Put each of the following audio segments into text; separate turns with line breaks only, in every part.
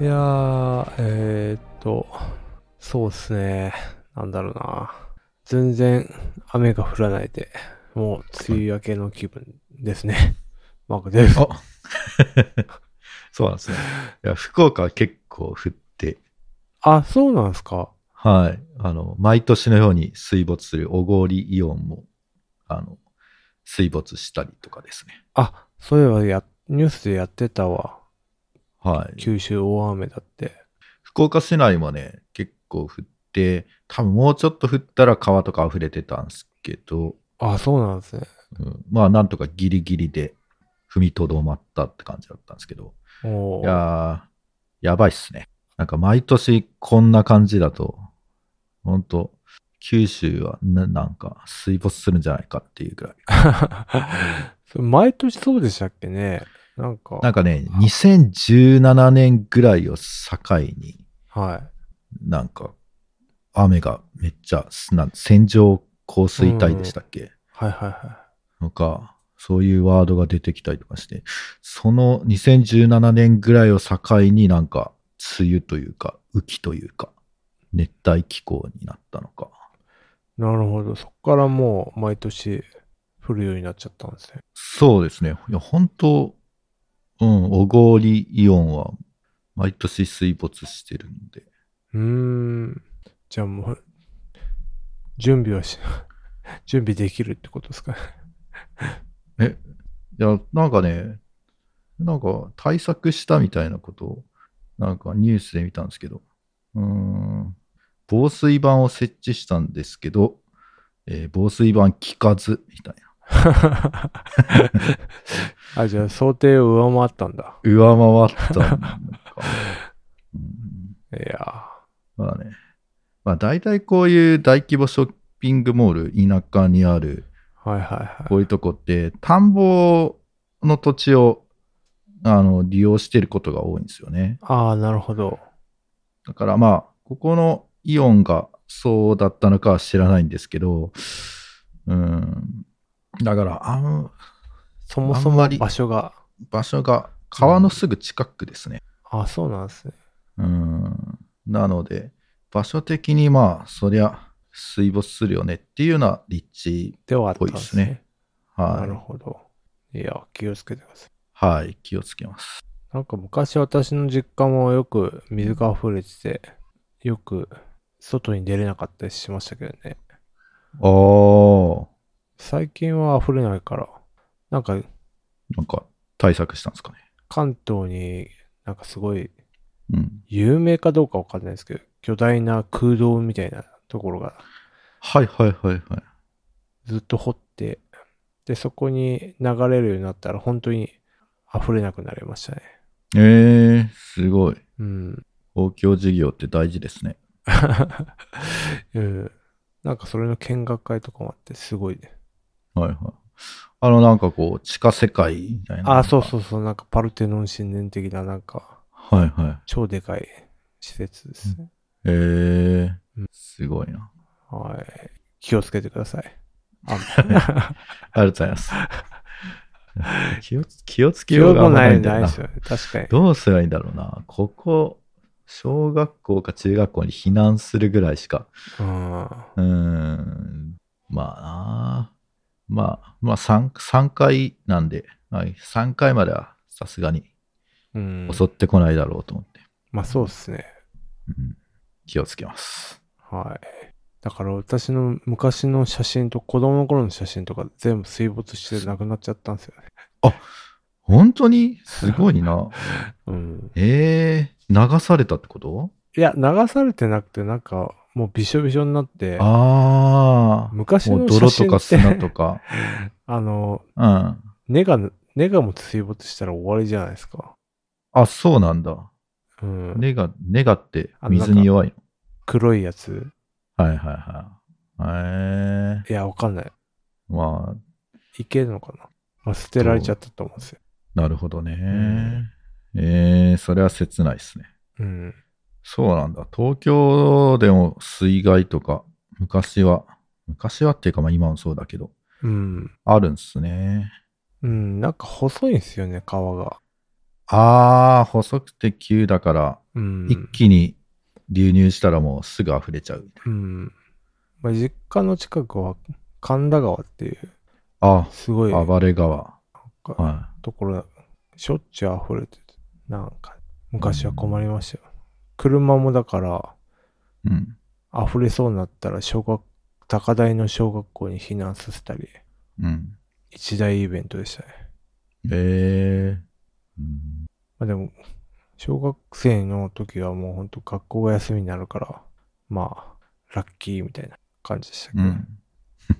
いやー、えー、っと、そうっすね。なんだろうな。全然雨が降らないで、もう梅雨明けの気分ですね。 マークです。
あ そうなんですね。いや、福岡は結構降って、
あ、そうなんすか。
はい。あの、毎年のように水没する小郡イオンも、あの、水没したりとかですね。
あ、そういえばや、ニュースでやってたわ。
はい。
九州大雨だって。
福岡市内もね、結構降って、多分もうちょっと降ったら川とか溢れてたんですけど、
あ、そうなんですね。
うん、まあ、なんとかギリギリで踏みとどまったって感じだったんですけど、
お
い
ー
やー、やばいっすね。なんか毎年こんな感じだと、ほんと、九州はななんか水没するんじゃないかっていうぐらい。
それ毎年そうでしたっけね。なんか、
なんかね、2017年ぐらいを境に、
はい。
なんか雨がめっちゃ、なん線状降水帯でしたっけ、
はいはいは
なんか、そういうワードが出てきたりとかして、その2017年ぐらいを境になんか、梅雨というか、雨季というか、熱帯気候になったのか。
い。なるほど。そこからもう毎年降るようになっちゃったんですね。
そうですね。いや、本当うん、小郡イオンは、毎年水没してるんで。
うーん。じゃあもう、準備はし、 準備できるってことですかね。
え、いや、なんかね、なんか対策したみたいなことを、なんかニュースで見たんですけど、うーん、防水板を設置したんですけど、えー防水板効かず、みたいな。
あ、じゃあ想定を上回ったんだ。
上回った のか。うん
いや
まあね、まあ大体こういう大規模ショッピングモール、田舎にある、
ーはいはい
こ
は
ういうとこって、田んぼの土地をあの利用してることが多いんですよね。
い。ああ、なるほど。
だからまあ、ここのイオンがそうだったのかは知らないんですけど、うん。だから、あの
そもそ
あんま
も
り
場所が。
場所が川のすぐ近くですね。
あそうなんですね。
うん。なので、場所的にまあ、そりゃ水没するよねっていうような立地。
ではあったん
ぽ
で
いですす
ね
ね。
なる
は
ほど。いや、気をつけてください。
い。はい。気をつけます。
なんか昔私の実家もよく水が溢れてて、よく外に出れなかったりしましたけどね。
ああ。
最近は溢れないから、なんか
なんか対策したんですかね。
関東になんかすごい
うん。
有名かどうかわかんないですけど、巨大な空洞みたいなところが
はいはいはいはい。
ずっと掘って、で、そこに流れるようになったら本当に溢れなくなりましたね。
えー、すごい。
うん。
公共事業って大事ですね。
うん。なんかそれの見学会とかもあって、すごいね。
はいはい。あの、なんかこう、地下世界みたいな。
あ、そう
う。
そうそう、なんかパルテノン神殿的な、なんか、
はいはい。
超でかい施設ですね。
えー
うん、
すごいな。
はい。気をつけてください。 あ
ありがとうございます。 気をつ気をつけ
気
よ
を
うがあ
も
んま
な
ない
い、
んだ
ない
よ
で
な
す。よね。確かに。
どうすればいいんだろうな。ここ、小学校か中学校に避難するぐらいしか
うん。
うーんまあなあまあ、まあ3、三回なんで、はい、3回まではさすがに
うん。
襲ってこないだろうと思って、
まあそうですね。
うん気をつけます。
はい。だから私の昔の写真と子供の頃の写真とか全部水没してなくなっちゃったんですよね。
本当にすご いな。
うん。
えー、流されたってこと
いや、流されてなくて、なんかもうびしょびしょになって、
ああ、
昔
も
の
う
写
泥
真
と
って
か砂とか。
あの、
うん。
ネガ、ネガも水没したら終わりじゃないですか。
あ、そうなんだ。
うん。
ネガ、ネガって
あ
水に弱い
黒いやつ。
の。はいはいはい。
い
え
や、わかんない。
ー、まあ、
いけるのかな。まあ、捨てられちゃったと思うんですよ。
なるほどね
ん。
えー、それは切ないですね。
うん。
そうなんだ。東京でも水害とか、昔は、昔はっていうか、まあ今もそうだけど、
うん。
あるんすね。
うん。なんか細いんですよね、皮が。
あー、細くて急だから、
うん。
一気に流入したらもうすぐ溢れちゃうみたい
うん。まあ、実家の近くは神田川っていう、
な。
すごい
あ、暴れ川。
なんか
は
ところ、しょっちゅう溢れてて、なんか、昔は困りましたよ。車もだから、
い。うん。
溢れそうになったら、小学、高台の小学校に避難させたり、
うん。
一大イベントでしたね。
ええ
まあでも、小学生の時はもう本当学校が休みになるから、まあ、ラッキーみたいな感じでしたけ
う
ど。
ん。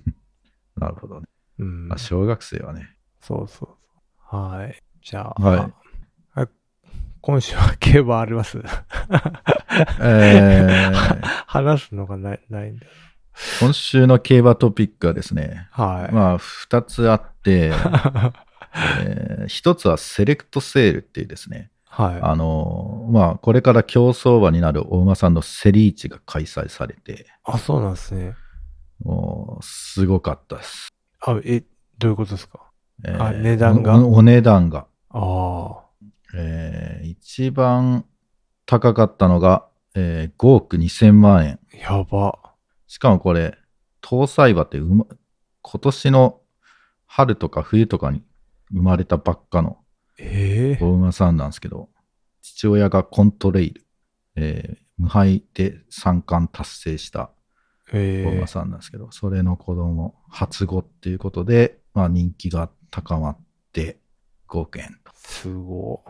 なるほどね。
うん
あ、小学生は ね。
そうそうそう。はい。じゃあ、
はい
あ今週は競馬あります
えー、
話すのがないないんで。
今週の競馬トピックはですね、
はい。
まあ、二つあ って、えー一つはセレクトセールっていうですね、
は
あのーまあ、これから競走馬になるお馬さんのセリーチが開催されて
い。、あ、そうなんですね。
もう、すごかったです。
あ、え、どういうことですか
え
あ値段が
おお値段が。
ああ。
えー一番高かったのが、えー5億2000万円。
やば。
しかもこれ、搭載馬って馬今年の春とか冬とかに生まれたばっかの
ええ
お馬さんなんですけど、父親がコントレイル、えー無敗で三冠達成した
え
お馬
え
さんなんですけど、それの子供、初子っていうことで、まあ、人気が高まって5億円と。
すご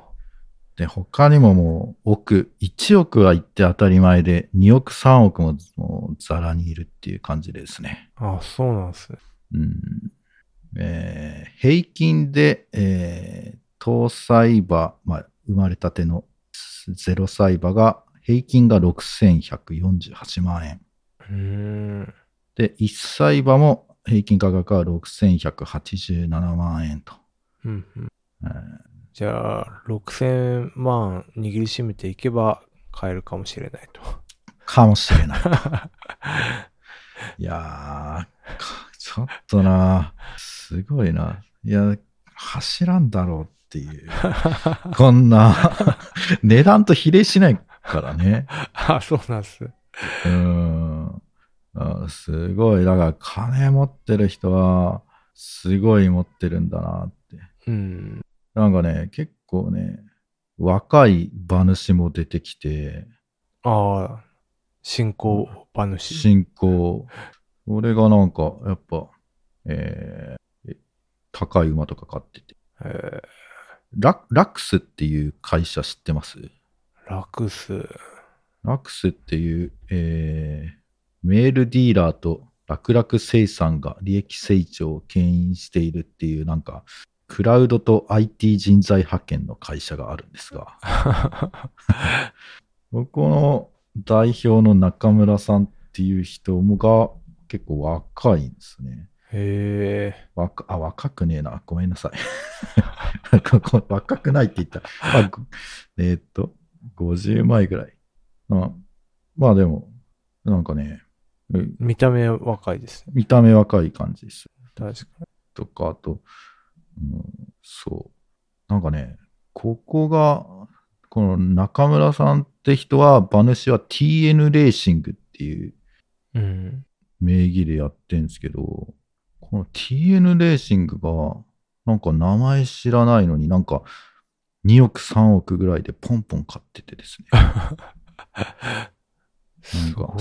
で、他にももう億、1億は言って当たり前で、2億、3億ももうザラにいるっていう感じですね。
あ、そうなんですね。
うん。えー平均で、えー、搭載馬、まあ、生まれたての0歳馬が、平均が6148万円。
うーん。
で、1歳馬も平均価格は6187万円と。
うんうん。
えー
じゃあ、6000万握りしめていけば買えるかもしれないと。
かもしれない。いやーか、ちょっとな、すごいな。いや、走らんだろうっていう。こんな、値段と比例しないからね。
あ、そうなんです。
うーん。あすごい。だから、金持ってる人は、すごい持ってるんだなって。
うん。
なんかね、結構ね、若い馬主も出てきて、
ああ、信仰馬主。
進行。これがなんか、やっぱ、えーえ高い馬とか買ってて。
えー、
ララクスっていう会社知ってます
ラクス。
ラクスっていう、えーメールディーラーと楽々生産が利益成長を牽引しているっていう、なんか、クラウドと IT 人材派遣の会社があるんですが、ここの代表の中村さんっていう人もが結構若いんですね。
へえ
若あ若くねえな。ごめんなさい。ここ 若くないって言った。あごえーっと、50枚ぐらい。あまあでも、なんかね、う
見た目若いですね。
見た目若い感じです。
確か
とか、あと、うん、そう。なんかね、ここが、この中村さんって人は、馬主は TN レーシングっていう
に。うん。
名義でやってんですけど、この TN レーシングが、なんか名前知らないのになんか2億3億ぐらいでポンポン買っててですね。なん
すごい
か、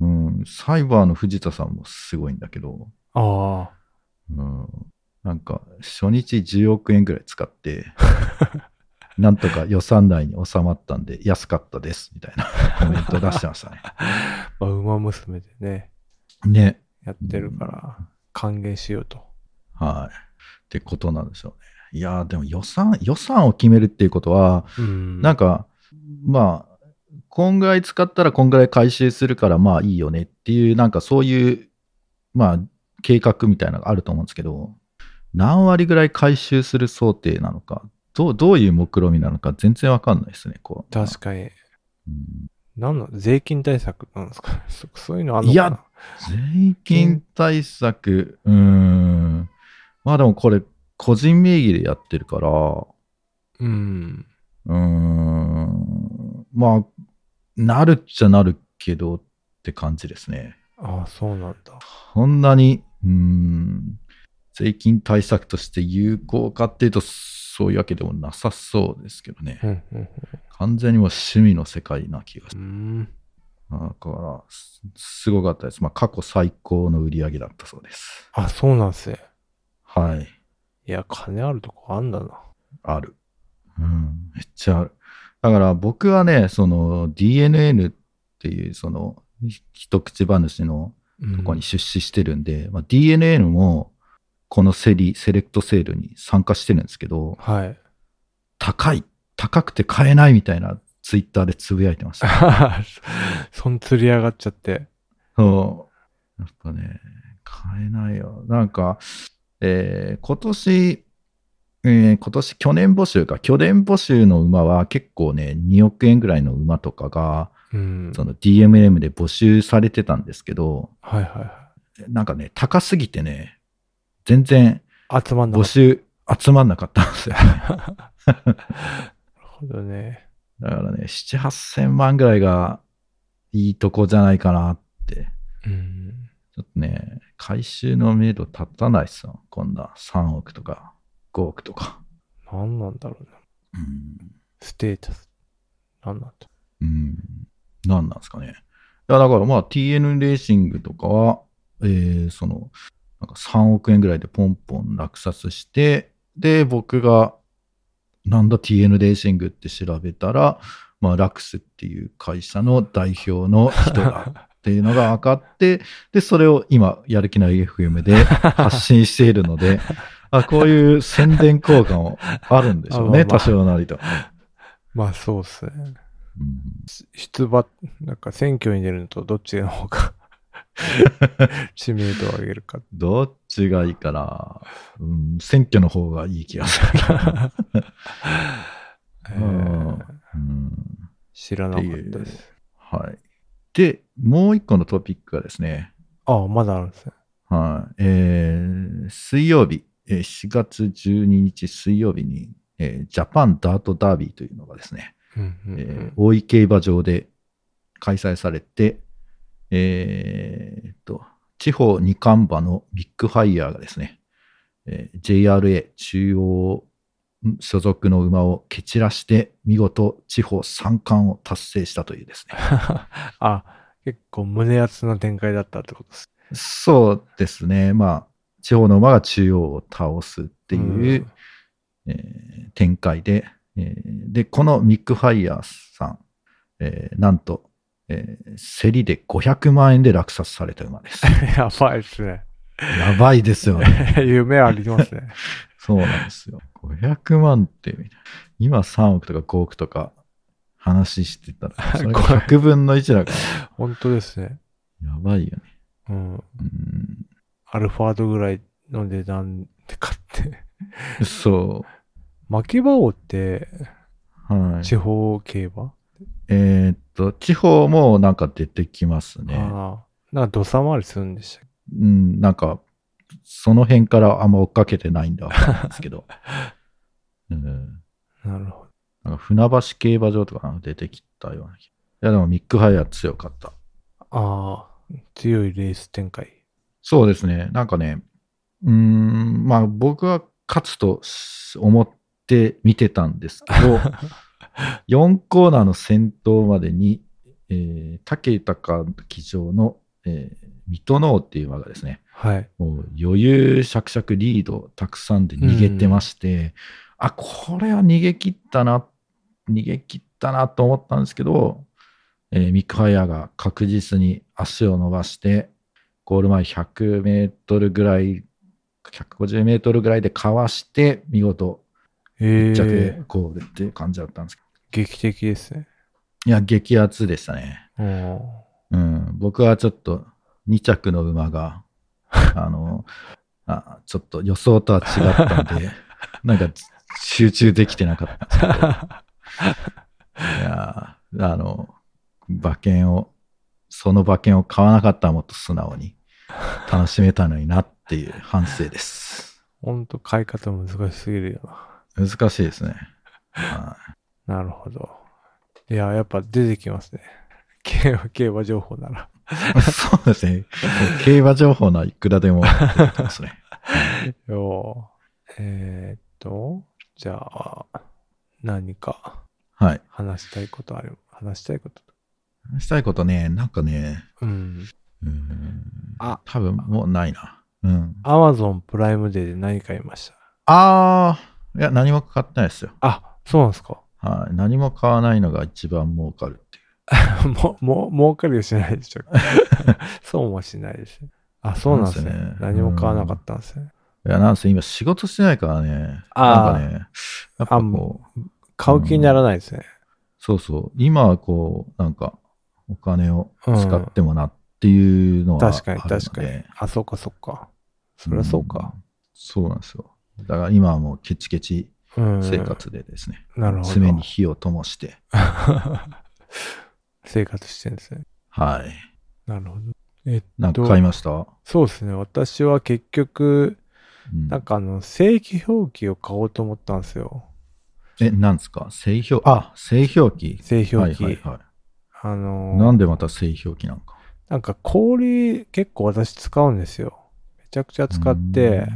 うん、サイバーの藤田さんもすごいんだけど、
な。あ
うん、なんか初日10億円ぐらい 使って、なんとか予算内に収まったんで安かったですみたいなコメント出してまし たね。
あ、まあ、馬娘でね、
ね。
やってるから、還元しようと。
はい。ってことなんですよね。いやーでも予算、予算を決めるっていうことは、
うん。
なんんか、まあ、こんぐらい使ったらこんぐらい回収するからまあいいよねっていう、なんかそういう、まあ、計画みたいなのがあると思うんですけど、何割ぐらい回収する想定なのか、どうどういう目論見みなのか全然わかんないですね、こう。
確かに。
うん
なんの税金対策なんですか そそういうのあんのかない
や税金対策、うーん。まあでもこれ、個人名義でやってるから、
うん。
うーんまあ、なるっちゃなるけどって感じですね。
ああ、そうなんだ。
そんなに、うーん、税金対策として有効かっていうと、そういうわけでもなさそうですけどね。
うん、うん
完全にもう趣味の世界な気がし
う
ます。
ん。
だから、すすごかったです。まあ、過去最高の売り上げだったそうです。
あ、そうなんすね。
はい。
いや、金あるとこあんだな。
ある。うん、めっちゃある。だから僕はね、その DNN っていうそのひ一口話の
うん
とこに出資してるんで、まあ、DNN もこのセリ、セレクトセールに参加してるんですけど、
はい。
高い、高くて買えないみたいなツイッターでつぶやいてました。
そん釣り上がっちゃって。
そう。やっぱね、買えないよ。なんか、えー今年、えー今年、去年募集か、去年募集の馬は結構ね、2億円ぐらいの馬とかが、
うん。
その DMM で募集されてたんですけど、
はいは
なんかね、高すぎてね、全然
いはい。集まんなか
募
っ
集集まんなかったんですよ。
たほどね。
だからね、7、8000万ぐらいがいいとこじゃないかなって
うん。
ちょっとね、回収の目処立たないっすよ。こんな3億とか5億とか。
なんなんだろうな。
うん。
ステータス。なんなんだ。
うん。なんなんですかね。いや、だからまあ TN レーシングとかは、えー、その、なんか3億円ぐらいでポンポン落札して、で、僕が、なんだ TN レーシングって調べたら、まあ、ラクスっていう会社の代表の人がっていうのが分かって、 で、それを今、やる気ない FM で発信しているので、あこういう宣伝効果もあるんでしょう ね、
あまあまあ
多少なりと。
まあそうっすね。
うん
出馬、なんか選挙に出るのとどっちの方 が知名度を上げるか。
どっちがいいかな、うん、選挙の方がいい気がする。
えー
うんうん
知らなかったで
ってい
す。
はい、で、もう一個のトピックがですね、
ああ、まだあるんですね。
はいえー水曜日、えー4月12日水曜日に、えージャパンダートダービーというのがですね、
うんうんうん
えー大井競馬場で開催されて、えーっと、地方二冠馬のビッグファイヤーがですね、えー JRA 中央所属の馬を蹴散らして、見事地方三冠を達成したというですね。
あ、結構胸熱な展開だったってことです。
そうですね、まあ、地方の馬が中央を倒すっていう、
うん
えー展開で、えーで、このミックファイヤーさん、えーなんと、えー競りで500万円で落札された馬です。
やばいですね。
やばいですよね。
夢ありますね。
そうなんですよ。500万って、みたいな今3億とか5億とか話してた ら、それが100分の1だか
本当ですね。
ら、やばいよね。
うん。
うん
アルファードぐらいの値段で買って。
そ
負け馬王って
う。はい。
地方競馬、
えーっと、地方もなんか出てきますね。
ああ。なんか土佐回りするんでしたっ
うん、なんか、その辺からあんま追っかけてないんだわかんないですけ ど。うん、
けなるほど。
なんか船橋競馬場とかなんか出てきたような気。いや、でもミックハイヤー強かった。
ああ。強いレース展開。
そうですね。なんかね、うーん、まあ僕は勝つと思って見てたんですけ ど、4コーナーの先頭までに、えー、武豊騎乗の、えー、水戸能っていう馬がですね、
はい。
もう余裕しゃくしゃくリードたくさんで逃げてまして、あこれは逃げ切ったな逃げ切ったなと思ったんですけど、えーミックファイヤーが確実に足を伸ばしてゴール前100メートルぐらい150メートルぐらいでかわして見事
ええ
着でゴールっていう感じだったんですけど、
劇的ですね。
いや激アツでしたね。
うん。
うん、僕はちょっと2着の馬が、あの、あちょっと予想とは違ったんで、なんか集中できてなかったんです けど、いやーあの、馬券を、その馬券を買わなかったらもっと素直に楽しめたのになっていう反省です。
ほんと買い方難しすぎるよ
難しいですね。はい
な。なるほど。いや、やっぱ出てきますね。競馬、競馬情報なら。
そうですね。競馬情報ないくらでも出てきますね。
よーえーっと、じゃあ、何か
はい。
話したいことある、話したいこと。
話したいことね、なんかね、
うん。
うーん
あ、
多分もうないな。うん。
アマゾンプライムデーで何買いました
あー、いや、何も買ってないですよ。
あ、そうなんですか
はい。何も買わないのが一番儲かるっていう。
も、も、儲かりはしないでしょ。 そうもしないですね。あ、そうなんですね。
そうですね
何も買わなかったんですね。
いや、なんせ今仕事してないからね。
あー
なんかね、やっぱ
あも
こう、
買う気にならないですね。
そうそう。今はこう、なんか、お金を使ってもなっていうのはあるので、
確かに確かに。あ、そうかそうか。そりゃそうか。
ん。そうなんですよ。だから今はもうケチケチ
うん。
生活でですね、
なるほど。
常に火を灯して、
生活してるんですね。
はい。
なるほど。えっ
なん
と
か買いましたう
そうですね。私は結局、
ん
なんかあの、正規表記を買おうと思ったんですよ。
え、なんですか製氷、あ、製氷機。
正表記。
はいはいは
あの
い。
ー
なんでまた製氷機なんか。
なんか氷結構私使うんですよ。めちゃくちゃ使って、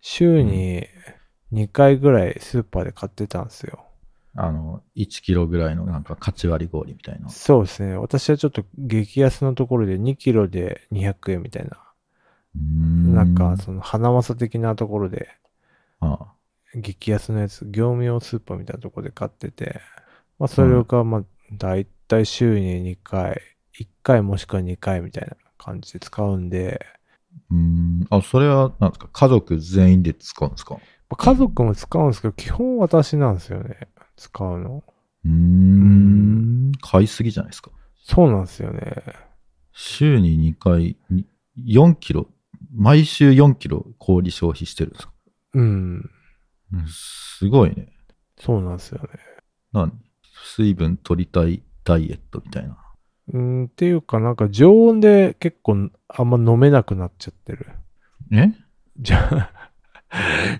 週に2回ぐらいスーパーで買ってたんですよ。
うん、あの、1キロぐらいのなんかカチ割り氷みたいな。
そうですね。私はちょっと激安のところで2キロで200円みたいな。
うん
なんか、その花正的なところで、
あ
激安のやつ、業務用スーパーみたいなところで買ってて、まあ、それが、まあ、だいたい週に2回、1回もしくは2回みたいな感じで使うんで、
うん。あ、それは、なんですか家族全員で使うんですか
まあ家族も使うんですけど、基本私なんですよね。使うの。
うーん。買いすぎじゃないですか。
そうなんですよね。
週に2回、に4キロ、毎週4キロ氷消費してるんですか
うん。
うんすごいね。
そうなんですよね。
何水分取りたいダイエットみたいな。
うん、っていうかなんか常温で結構あんま飲めなくなっちゃってる。
え
じゃあ、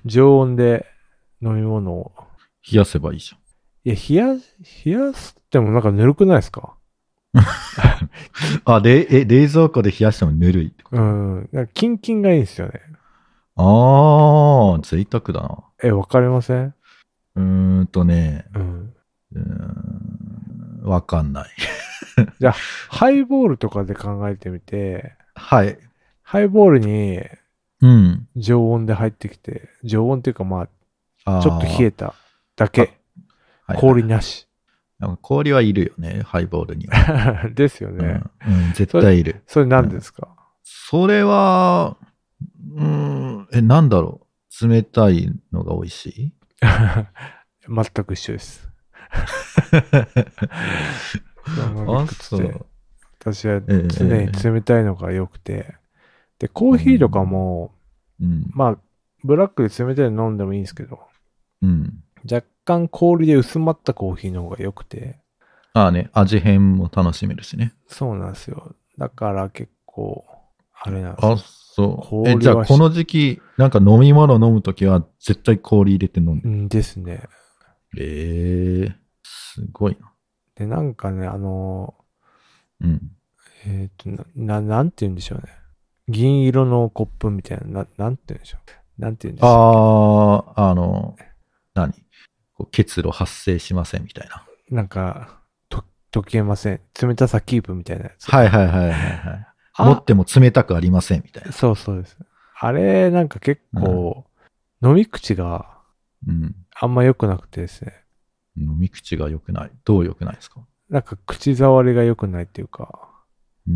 常温で飲み物を。
冷やせばいいじ
いや、冷や、冷やすってもなんかぬるくないですか
ゃん。あ、で、え、冷蔵庫で冷やしてもぬるいってこ
うん。なんかキンキンがいいんですよね。
と。あー、贅沢だな。
え、わかりません
うーんとね、
うん。
うーん、わかんない。
ハイボールとかで考えてみて、
はい。
ハイボールに
うん。
常温で入ってきて、常温っていうかま
あ
あ、
ー
ちょっと冷えただ
あ
け、
はい
氷なし。
なんか氷はいるよね、ハイボールには。
ですよ
う
ね。
ん、うん絶対いる。
それ何ですか、
それは、うーん、え、なんだろう。冷たいのが美味し い
全く一緒です。
あ、そう。
私は
ええ
常に冷たいのが良くて、で、コーヒーとかも、
うん。
まあ、ブラックで冷たいの飲んでもいいんですけど、
うん。
若干氷で薄まったコーヒーの方が良くて、
ああね、味変も楽しめるしね。
そうなんですよ。だから結構、あれなんです
あ
よ。、
そう。
氷
え、
は
じゃあこの時期、なんか飲み物飲むときは絶対氷入れて飲んで
うんですね。
る。ええすごいな。
で、なんかね、あの、
うん。
えっ、とな、な、なんて言うんでしょうね。銀色のコップみたいな、ななんて言うんでしょう。なんて言うんでしょう。
ああ、あの、何こう結露発生しませんみたいな。
なんか、と、溶けません。冷たさキープみたいなやつ。
はいはいはいはいはい。
あ
持っても冷たくありませんみたいな。
そうそうです。あれ、なんか結構、飲み口が
うん。
あんま良くなくてですね。
飲み口が良くない。どう良くないですか
なんか口触りが良くないっていうか、
うー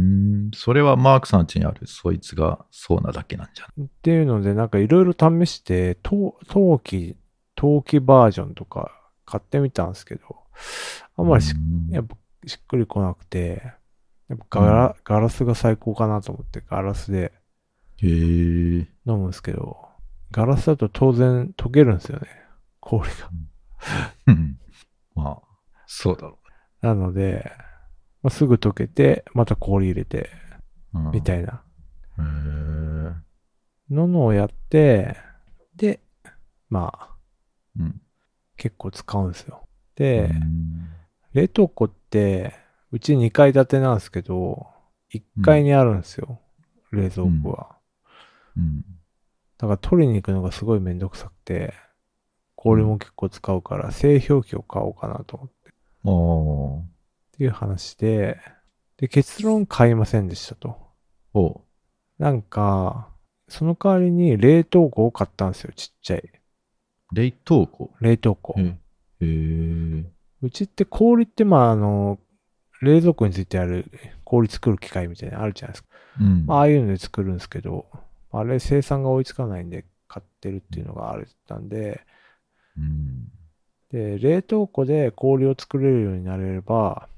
ん。それはマークさん家にある、そいつがそうなだけなんじゃない
っていうので、なんかいろいろ試して、陶陶器、陶器バージョンとか買ってみたんですけど、あんまりし,、
うん
やっぱしっくりこなくて、やっぱガラ,、
う
ガラスが最高かなと思って、ガラスで
へえ。
飲むんですけど、ガラスだと当然溶けるんですよね、氷が。
うんまあ、そうだろ
なので、まあ、すぐ溶けて、また氷入れて、
う。うん
みたいな
へー
ののをやって、で、まあ、
うん
結構使うんですよ。
う
で、
ん
レトコって、うち2階建てなんですけど、1階にあるんですよ。冷蔵庫が。
うん。
だから取りに行くのがすごいめんどくさくて、氷も結構使うから、製氷機を買おうかなと思って。
ああ。
っていう話で、で、結論買いませんでしたと。
ほ
なんか、その代わりに冷凍庫を買ったんですよ、ちっちゃい。
う。冷凍庫。
冷凍庫。
へえ。へ
うちって氷って、まあ、あの、冷蔵庫についてある氷作る機械みたいなのあるじゃないですか。
うん。
まあ、ああいうので作るんですけど、あれ生産が追いつかないんで買ってるっていうのがあれだったんで、
うん。
で、冷凍庫で氷を作れるようになれれば、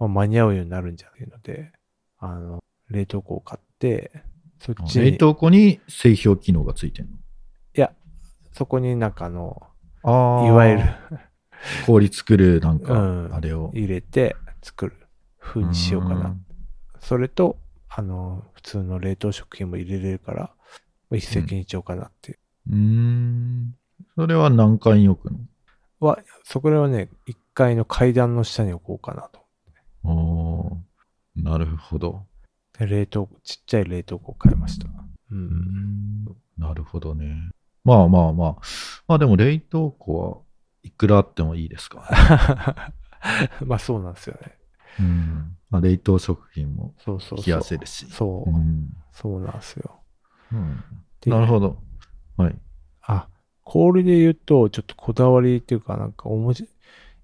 まあ、間に合うようになるんじゃないので、あの、冷凍庫を買って、そっち
冷
に、
凍庫に製氷機能がついてる
そこになんかあの、
の。
いわゆる
氷作るなん
う
か、
ん
あれを。
入れて作る風にしようかな。それと、あの、普通の冷凍食品も入れれるから、まあ一石二鳥かなっていう。
うん。うん。それは何回に置く
は、そこらはね、1階の階段の下に置こうかなと。
のああ。なるほど。
で冷凍庫、ちっちゃい冷凍庫を買いました。う。
うんん。なるほどね。まあまあまあ。まあでも冷凍庫はいくらあってもいいですからね。
まあそうなんですよね。
うん。まあ、冷凍食品も
そうそうそう。
冷やせるし。
そう、
うん。
そうなんですよ。
うん
で
なるほど。はい。
あ、氷で言うと、ちょっとこだわりっていうか、なんかおもじ、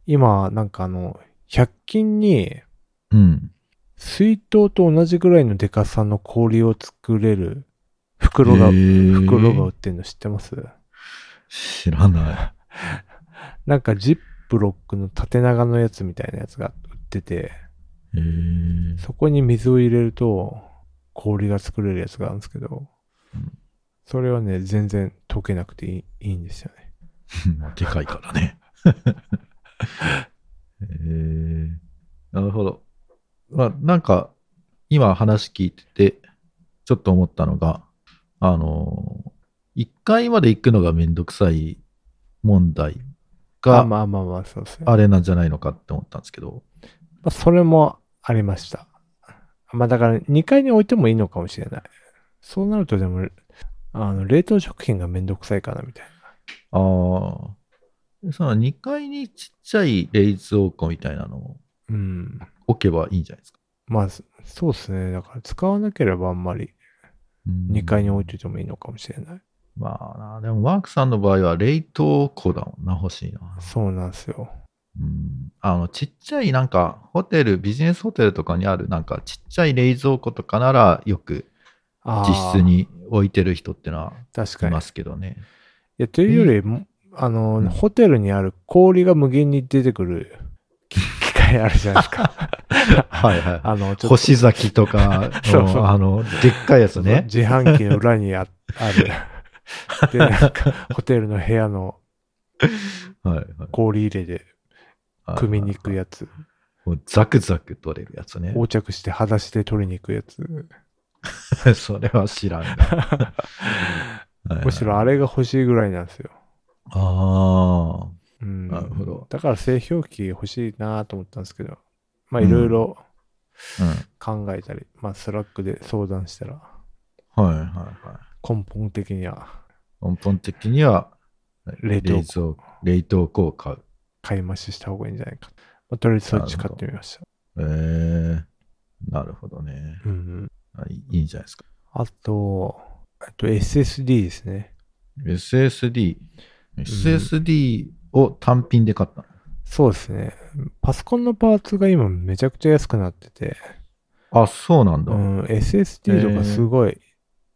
今、なんかあの、100均に、
うん。
水筒と同じぐらいのデカさの氷を作れる袋が、
へー
袋が売ってるの知ってます
知らない。
なんかジップロックの縦長のやつみたいなやつが売ってて、
えー、
そこに水を入れると氷が作れるやつがあるんですけど
うん、
それはね、全然溶けなくていいいいんですよね。
まあでかいからね。 えー、なるほど。まあ、なんか、今話聞いてて、ちょっと思ったのが、あのー、1階まで行くのがめんどくさい問題
あ
が、
まあまあまあ、そうですね。
あれなんじゃないのかって思ったんですけど、
まあ、それもありました。まあだから2階に置いてもいいのかもしれない。そうなるとでも、あの、冷凍食品がめんどくさいかなみたいな。
ああ、その2階にちっちゃい冷蔵庫みたいなのを
うん。
置けばいいんじゃないですか。
まあ、そそうですね。だから使わなければあんまり2階に置いといてもいいのかもしれない。
まあな、でもマークさんの場合は冷凍庫だもんな、欲しいな。
そうなんですよ。
うん。あの、ちっちゃいなんかホテル、ビジネスホテルとかにあるなんかちっちゃい冷蔵庫とかならよく
あー
実質。に置いてる人ってのは
確
い
かに。
ま
い
すけど ね。
や、というよりも、あの、
うん
ホテルにある氷が無限に出てくる機機械あるじゃないです か。
はいは
あの、
い。星崎とか
そうそう
の、あの、でっかいやつね。
自販機の裏にあある。 で、なんか、ホテルの部屋の
はいはい
氷入れで
はい。
組みに行くやつ。
もうザクザク取れるやつね。
横着して裸足で取りに行くやつ。
それは知らんな。
むしろ
あ
あれが欲しいぐらいなんですよ。
あ
うん。
ー、なるほど。
だから製氷機欲しいなと思ったんですけど、まあ
うん
いろいろ
うん。
考えたり、まあスラックで相談したら、
はいはいはい。
根本的には
根本的には
冷凍庫
冷凍冷凍庫を買う。
買い増しした方がいいんじゃないか。まあ、とりあえずそっち買ってみました。
えー、なるほどね
うんうん。
あいい。いいんじゃないですか。
あと、えっと SSD ですね。
SSD。SSD を単品で買ったの。
そうですね。パソコンのパーツが今めちゃくちゃ安くなってて、
あ、そうなんだ。
うん、SSD とかすごい、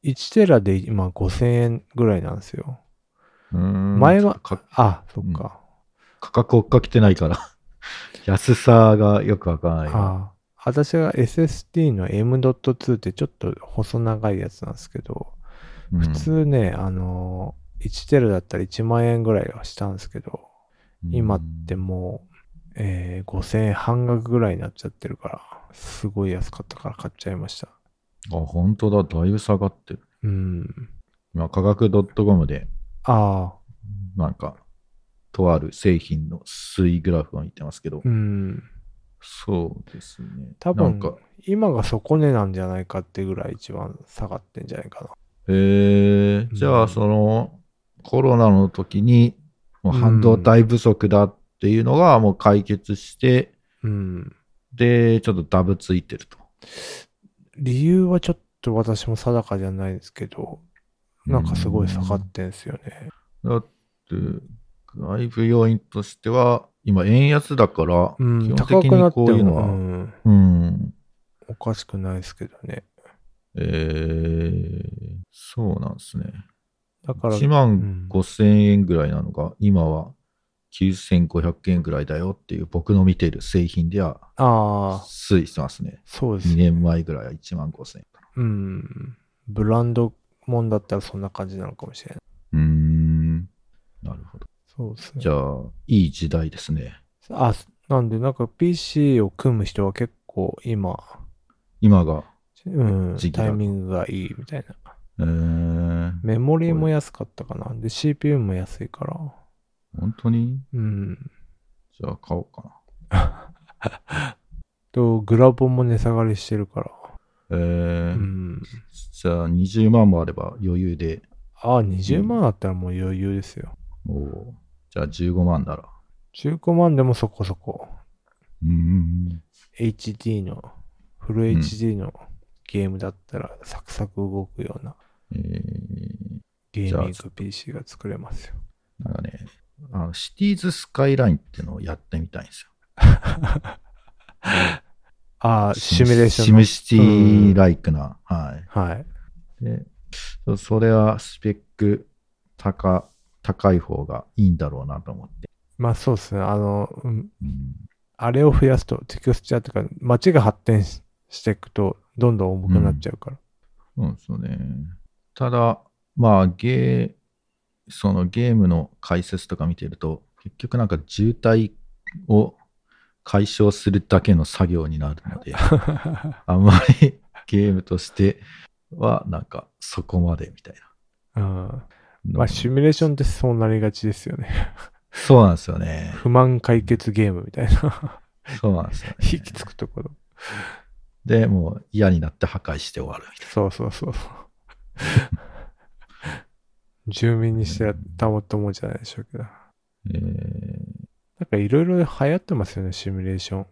1テラで今5000円ぐらいなんですよ。
うん
前は
か
あ、そっか。
価格を追っかけてないから。 安さがよくわからない。
ああ私が SSD の M.2 ってちょっと細長いやつなんですけど、
うん
普通ね、あの、1テラだったら1万円ぐらいはしたんですけど、今ってもう、えー5000円半額ぐらいになっちゃってるから、すごい安かったから買っちゃいました。
あ、本当だ。だいぶ下がってる。
うん。
今、価格 .com で、
ああ、
なんか、とある製品の推移グラフを見てますけど、
うん。
そうですね。
多
な
分
んか、
今が底値なんじゃないかってぐらい一番下がってんじゃないかな。
えー、じゃ
う
あ
ん
その、コロナの時に、もう半導体不足だっていうのがもう解決して、
うん。
で、ちょっとダブついてると。
理由はちょっと私も定かじゃないですけど、なんかすごい下がってんすよね。
だって、外部要因としては、今、円安だから、
うん。
基
高く
本的
な
に
って
こ
も
ういうのは、
うん
うん、
おかしくないですけどね。
えー、そうなんですね。
だから、
1万5000円ぐらいなのが、今は9500円ぐらいだよっていう、僕の見ている製品では
ああ、
推移してますね。
そうですね。
2年前ぐらいは1万5000円か
うん。ブランドもんだったらそんな感じなのかもしれない。
な。うーん、なるほど。
そうですね。
じゃあ、いい時代ですね。
あ、すなんで、なんか PC を組む人は結構今、
今が。
うん、
時期だ
タイミングがいいみたいな。
えー、
メモリーも安かったかな。で、CPU も安いから。
本当に
うん。
じゃあ買おうかな。
と、グラボンも値下がりしてるから。
えー
うん。
じゃあ20万もあれば余裕で、
あ、20万だったらもう余裕ですよ。
おーじゃあ15万なら。
15万でもそこそこ。
うんうん。
HD の、フル
うん
HD のゲームだったらサクサク動くような
えー、
ゲ
じゃ
ー
あ
ミング PC が作れますよ。
なんかね、あのシティーズスカイラインっていうのをやってみたいんですよ。
あー、シミュレーション
シ
の。
ムシティライクな。は
はい。
い。で、そそれはスペック高、高い方がいいんだろうなと思って。
まあそうですね。あの、うん
うん、
あれを増やすと、テクスチャーとか、街が発展ししていくと、どんどん重くなっちゃうから。
そうですよね。ただ、まあ、ゲー、そのゲームの解説とか見てると、結局なんか渋滞を解消するだけの作業になる の で、あんまりゲームとしては、なんかそこまでみたい
うん、
な。
まあ、シミュレーションってそうなりがちですよね。
そうなんですよね。
不満解決ゲームみたい な。
そうなんですよ
引
ね。
きつくところ。
で、もう嫌になって破壊して終わるみたい
そうそうそう そう。住民にしてはたまったもんじゃないでしょうけど。
な。え
なんかいろいろ流行ってますよね、シミュレーション。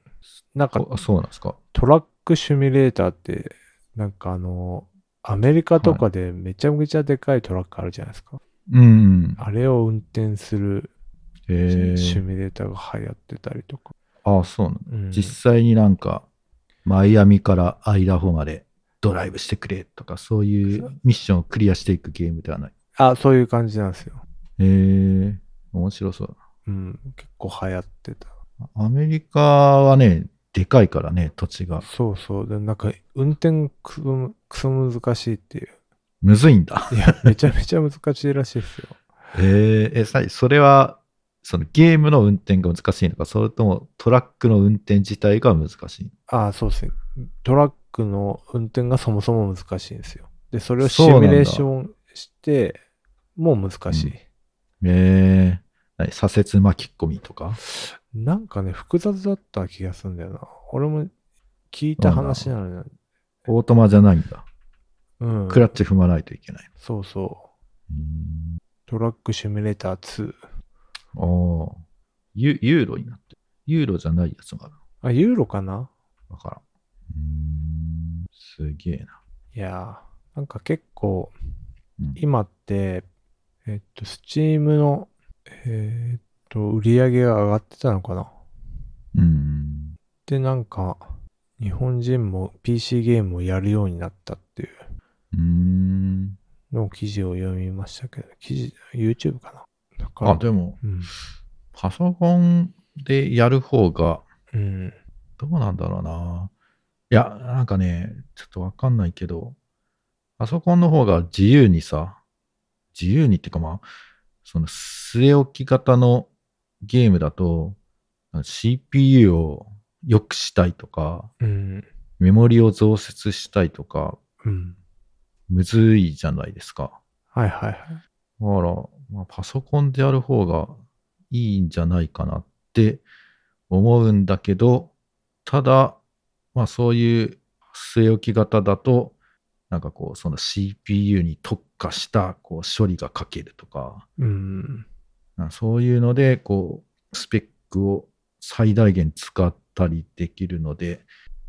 なんか
ーこそうなんですか。
トラックシミュレーターって、なんかあの、アメリカとかでめちゃめちゃでかいトラックあるじゃないですか。
うん。
あれを運転する
え
シミュレーターが流行ってたりとか。
ああ、そうなんだ
うん
実際になんか、マイアミからアイダホまでドライブしてくれとか、そういうミッションをクリアしていくゲームではない。
あ、そういう感じなんですよ。
へえ、面白そう。
うん。結構流行ってた。
アメリカはね、でかいからね、土地が。
そうそう。で、なんか、運転くそ、くそ難しいっていう。
むずいんだ。
い や、めちゃめちゃ難しいらしいですよ。
へえ、え、さそれは、そのゲームの運転が難しいのか、それともトラックの運転自体が難しい
あそうですね。トラックの運転がそもそも難しいんですよ。で、それをシ
そうなんだ
ミュレーションして、もう難しい。
のへえ、何左折巻き込みとか。
なんかね、複雑だった気がするんだよな。俺も聞いた話なのに、
オートマじゃないんだ。
うん。
クラッチ踏まないといけない。
そうそう。
うん
トラックシミュレーター2。
ああ。ユユーロになってる。ユーロじゃないやつもある。
あ、ユーロかな
わからん。うーん。すげえな。
いやー、なんか結構、
うん
今って、えっと、スチームの、えーっと、売り上げが上がってたのかな
うーん。
で、なんか、日本人も PC ゲームをやるようになったっていう
うーん。
のを記事を読みましたけど、記事、YouTube かなだから、
あ、でも、
うん。
パソコンでやる方が、
うん。
どうなんだろうな。いや、なんかね、ちょっとわかんないけど、パソコンの方が自由にさ、自由にっていうかまあ、その据え置き型のゲームだと、CPU を良くしたいとか、
うん。
メモリを増設したいとか、
うん。
むずいじゃないですか。
はいはいはい。
だから、まあ、パソコンでやる方がいいんじゃないかなって思うんだけど、ただ、まあそういう据え置き型だと、なんかこう、その CPU に特化したこう処理がかけるとか、
うん。
なんかそういうので、こう、スペックを最大限使ったりできるので、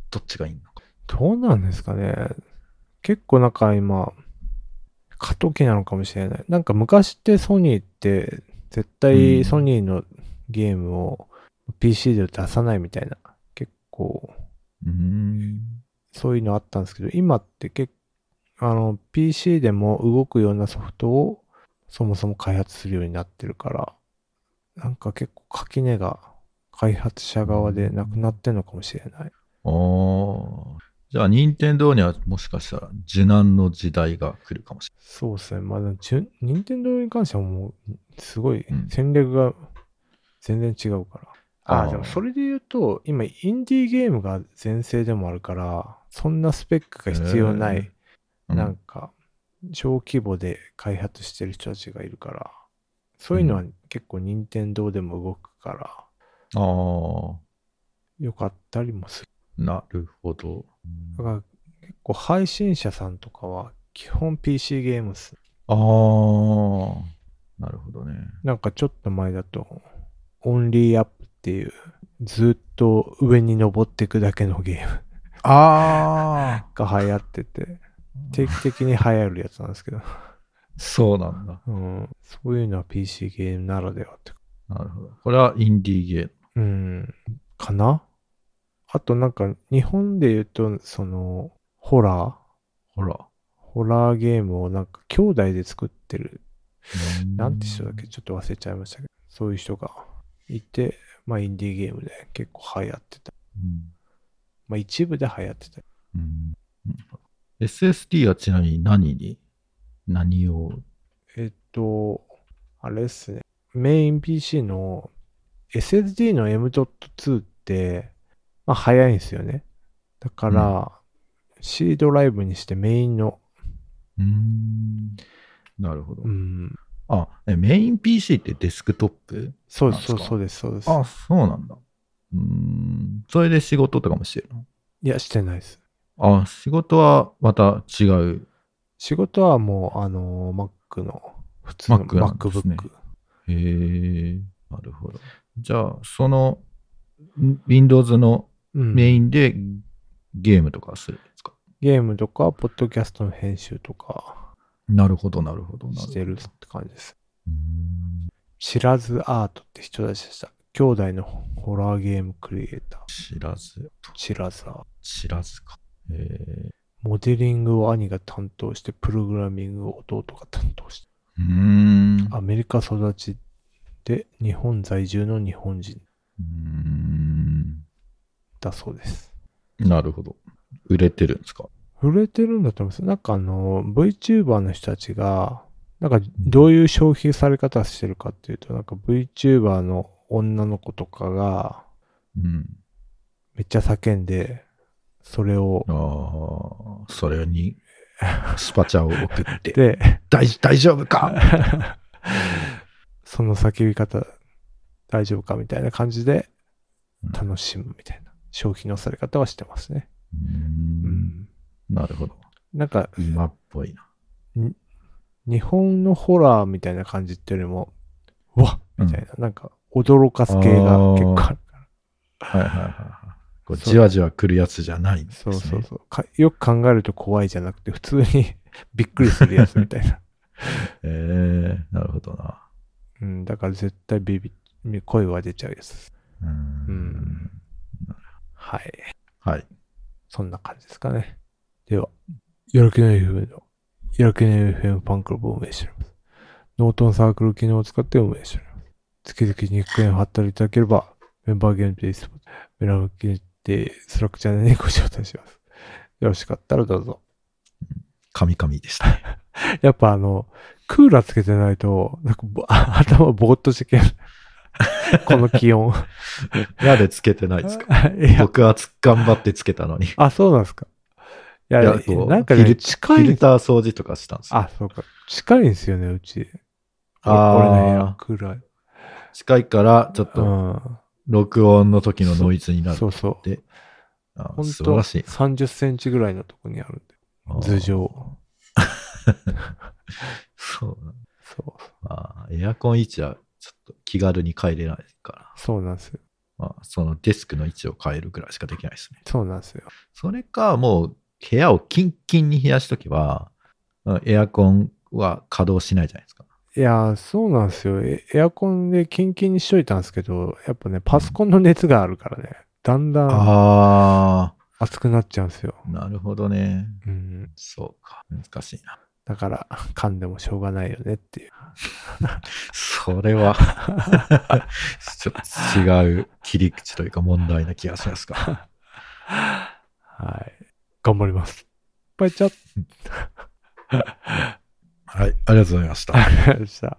どっちがいいのか。
どうなんですかね。結構なんか今、過渡期なのかもしれない。なんか昔ってソニーって、絶
う
対
ん
ソニーのゲームを PC で出さないみたいな、結構、
うーん。
そういうのあったんですけど、今って結あの、PC でも動くようなソフトをそもそも開発するようになってるから、なんか結構垣根が開発者側でなくなってんのかもしれない。
ああ。じゃあ、任天堂にはもしかしたら、受難の時代が来るかもし
そうですね。まあ、でもじゅ任天堂に関してはもう、すごい
うん
戦略が全然違うから。あ
あ
あ、
ー
でもそれで言うと、今、インディーゲームが全盛でもあるから、そんなスペックが必要な
へ
い、
れない。
なんか、小規模で開発してる人たちがいるから、そういうのは結構任天堂でも動くから、
うん、あ
良かったりもする。
あ、なるほど。
だから、結構配信者さんとかは、基本 PC ゲームっす
ああ、なるほどね。
なんかちょっと前だと、オンリーアップっていう、ずっと上に登っていくだけのゲーム
あ
が流行ってて、定
て
期的に流行るやつなんですけど、
そうなんだ。
うん、そういうのは PC ゲームならではって。
なるほど。これはインディーゲー
う
ム。
ん、かなあとなんか、日本で言うと、その、ホラー
ほら。
ホラーゲームをなんか兄弟で作ってる なんて人だっけちょっと忘れちゃいましたけど、そういう人がいて、まあインディーゲームで結構流行ってた。
うん
まあ一部で流行ってた。
うんうん SSD はちなみに何に何を
えっと、あれですね。メイン PC の SSD の M.2 って、まあ早いんですよね。だから、C ドライブにしてメインの、
うんなるほど
う。ん、
あ、えメイン PC ってデスクトップ
そうです、そ
なん
う
ですか
そうです、そうです。
あ、そうなんだ。うん。それで仕事とかもしてるの
いや、してないです。
あ、仕事はまた違う。
仕事はもう、あのー、Mac の、普通の
Mac なんですね
MacBook。
へえ、なるほど。じゃあ、その、ん Windows の
うん
メインでゲームとかするんですか、
ゲームとか、ポッドキャストの編集とか
なるほど、なるほど、なるほど。
してるって感じです。
うーん
知らずアートって人たちでした。兄弟のホラーゲームクリエイター。
知らず、
知らずアート。
知らずか。へえ。
モデリングを兄が担当して、プログラミングを弟が担当して。
うーん。
アメリカ育ちで、日本在住の日本人
うーん
だそうです。
なるほど。売れてるんですか
触れてるんだと思います。なんかあの、VTuber の人たちが、なんかどういう消費され方してるかっていうと、なんか VTuber の女の子とかが、
うん。
めっちゃ叫んで、それを、
ああ、それに、スパチャを送 って、
で、
大大丈夫か
その叫び方、大丈夫かみたいな感じで
うん、
楽しむみたいな、消費のされ方はしてますね。
うーん。なるほど。
なんか、
今っぽいな。
日本のホラーみたいな感じっていうよりも、うわっみたいな、なんか、驚かす系が結構あるから。
はいはいはいはい。こうじわじわ来るやつじゃないんです、
そ
ね。
うそうそうか。よく考えると怖いじゃなくて、普通に びっくりするやつみたいな。
ええなるほどな。
うん、だから絶対ビビ、声は出ちゃうやつです。
うー
う
ん
んはい。
はい。
そんな感じですかね。では、やる気ない FM の、やる気ない FM ファンクラブを運営しております。ノートのサークル機能を使って運営しております。月々200円を貼ったりいただければ、メンバー限定スポット、メラム限定スラックチャンネルにご招待します。よろしかったらどうぞ。
カミカミでした ね。
やっぱあの、クーラーつけてないと、なんかぼ 頭ぼーっとしてけん。 この気温。
やでつけてないですか
いや、
僕はつ頑張ってつけたのに。
あ、そうなんですか。いや、
いやこう
なんか
フィ
ね、
ル
近
フ
いん
ィ
で
ル
す
ター掃除とかしたんですよ。
あ、そうか。近いんですよね、うち。
あー
俺の部屋、暗い。
近いから、ちょっと
うん。
録音の時のノイズになる
そ。うそう。
であ
本
素晴
当
らしい。
30センチぐらいのとこにあるんで。頭上。
そうな。
そう。
まあ、エアコン位置はちょっと気軽に変えれないから、
そうなんですよ。
まあ、そのデスクの位置を変えるぐらいしかできないですね。
そうなんですよ。
それか、もう部屋をキンキンに冷やしとけば、あエアコンは稼働しないじゃないですか。
いやー、そうなんですよ。エエアコンでキンキンにしといたんですけど、やっぱね、パソコンの熱があるからね、だんだん
あ
熱くなっちゃうんですよ。
あ、なるほどね。
うん。
そうか。難しいな。
だから、噛んでもしょうがないよねっていう。
それは、 ちょっと違う切り口というか問題な気がしますか。
はい。頑張ります。バイチャッ
はい、ありがとうございました。
ありがとうございました。